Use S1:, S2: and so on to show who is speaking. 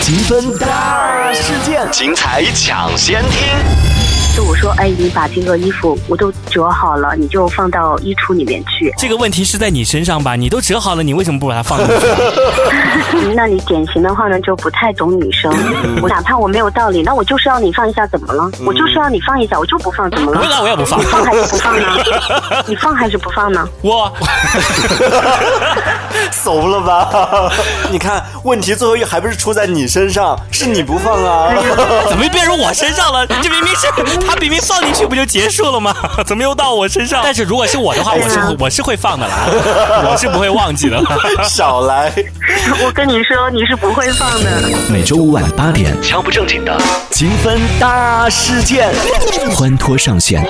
S1: 积分大事件，精彩抢先听。
S2: 就我说，哎，你把这个衣服我都折好了，你就放到衣橱里面去。
S3: 这个问题是在你身上吧？你都折好了，你为什么不把它放进去？
S2: 那你典型的话呢，就不太懂女生。
S3: 嗯
S2: 我哪怕我没有道理，那我就是要你放一下，怎么了？我就是要你放一下，我就不放，怎么了？
S3: 那我嗯也不放
S2: 你放还是不放呢？你放还是不放呢？
S3: 我
S1: 怂了吧？ 你看，问题最后还不是出在你身上，是你不放啊。
S3: 怎么又变成我身上了？这明明是他明明放进去不就结束了吗？ 怎么又到我身上？但是如果是我
S4: 哎
S3: 的话，我是我是会放的啦， 我是不会忘记的啦。
S1: 少来，
S2: 我跟你说，你是不会放的。
S4: 每周五晚八点，
S1: 敲不正经的积分大事件。
S4: 欢脱上线。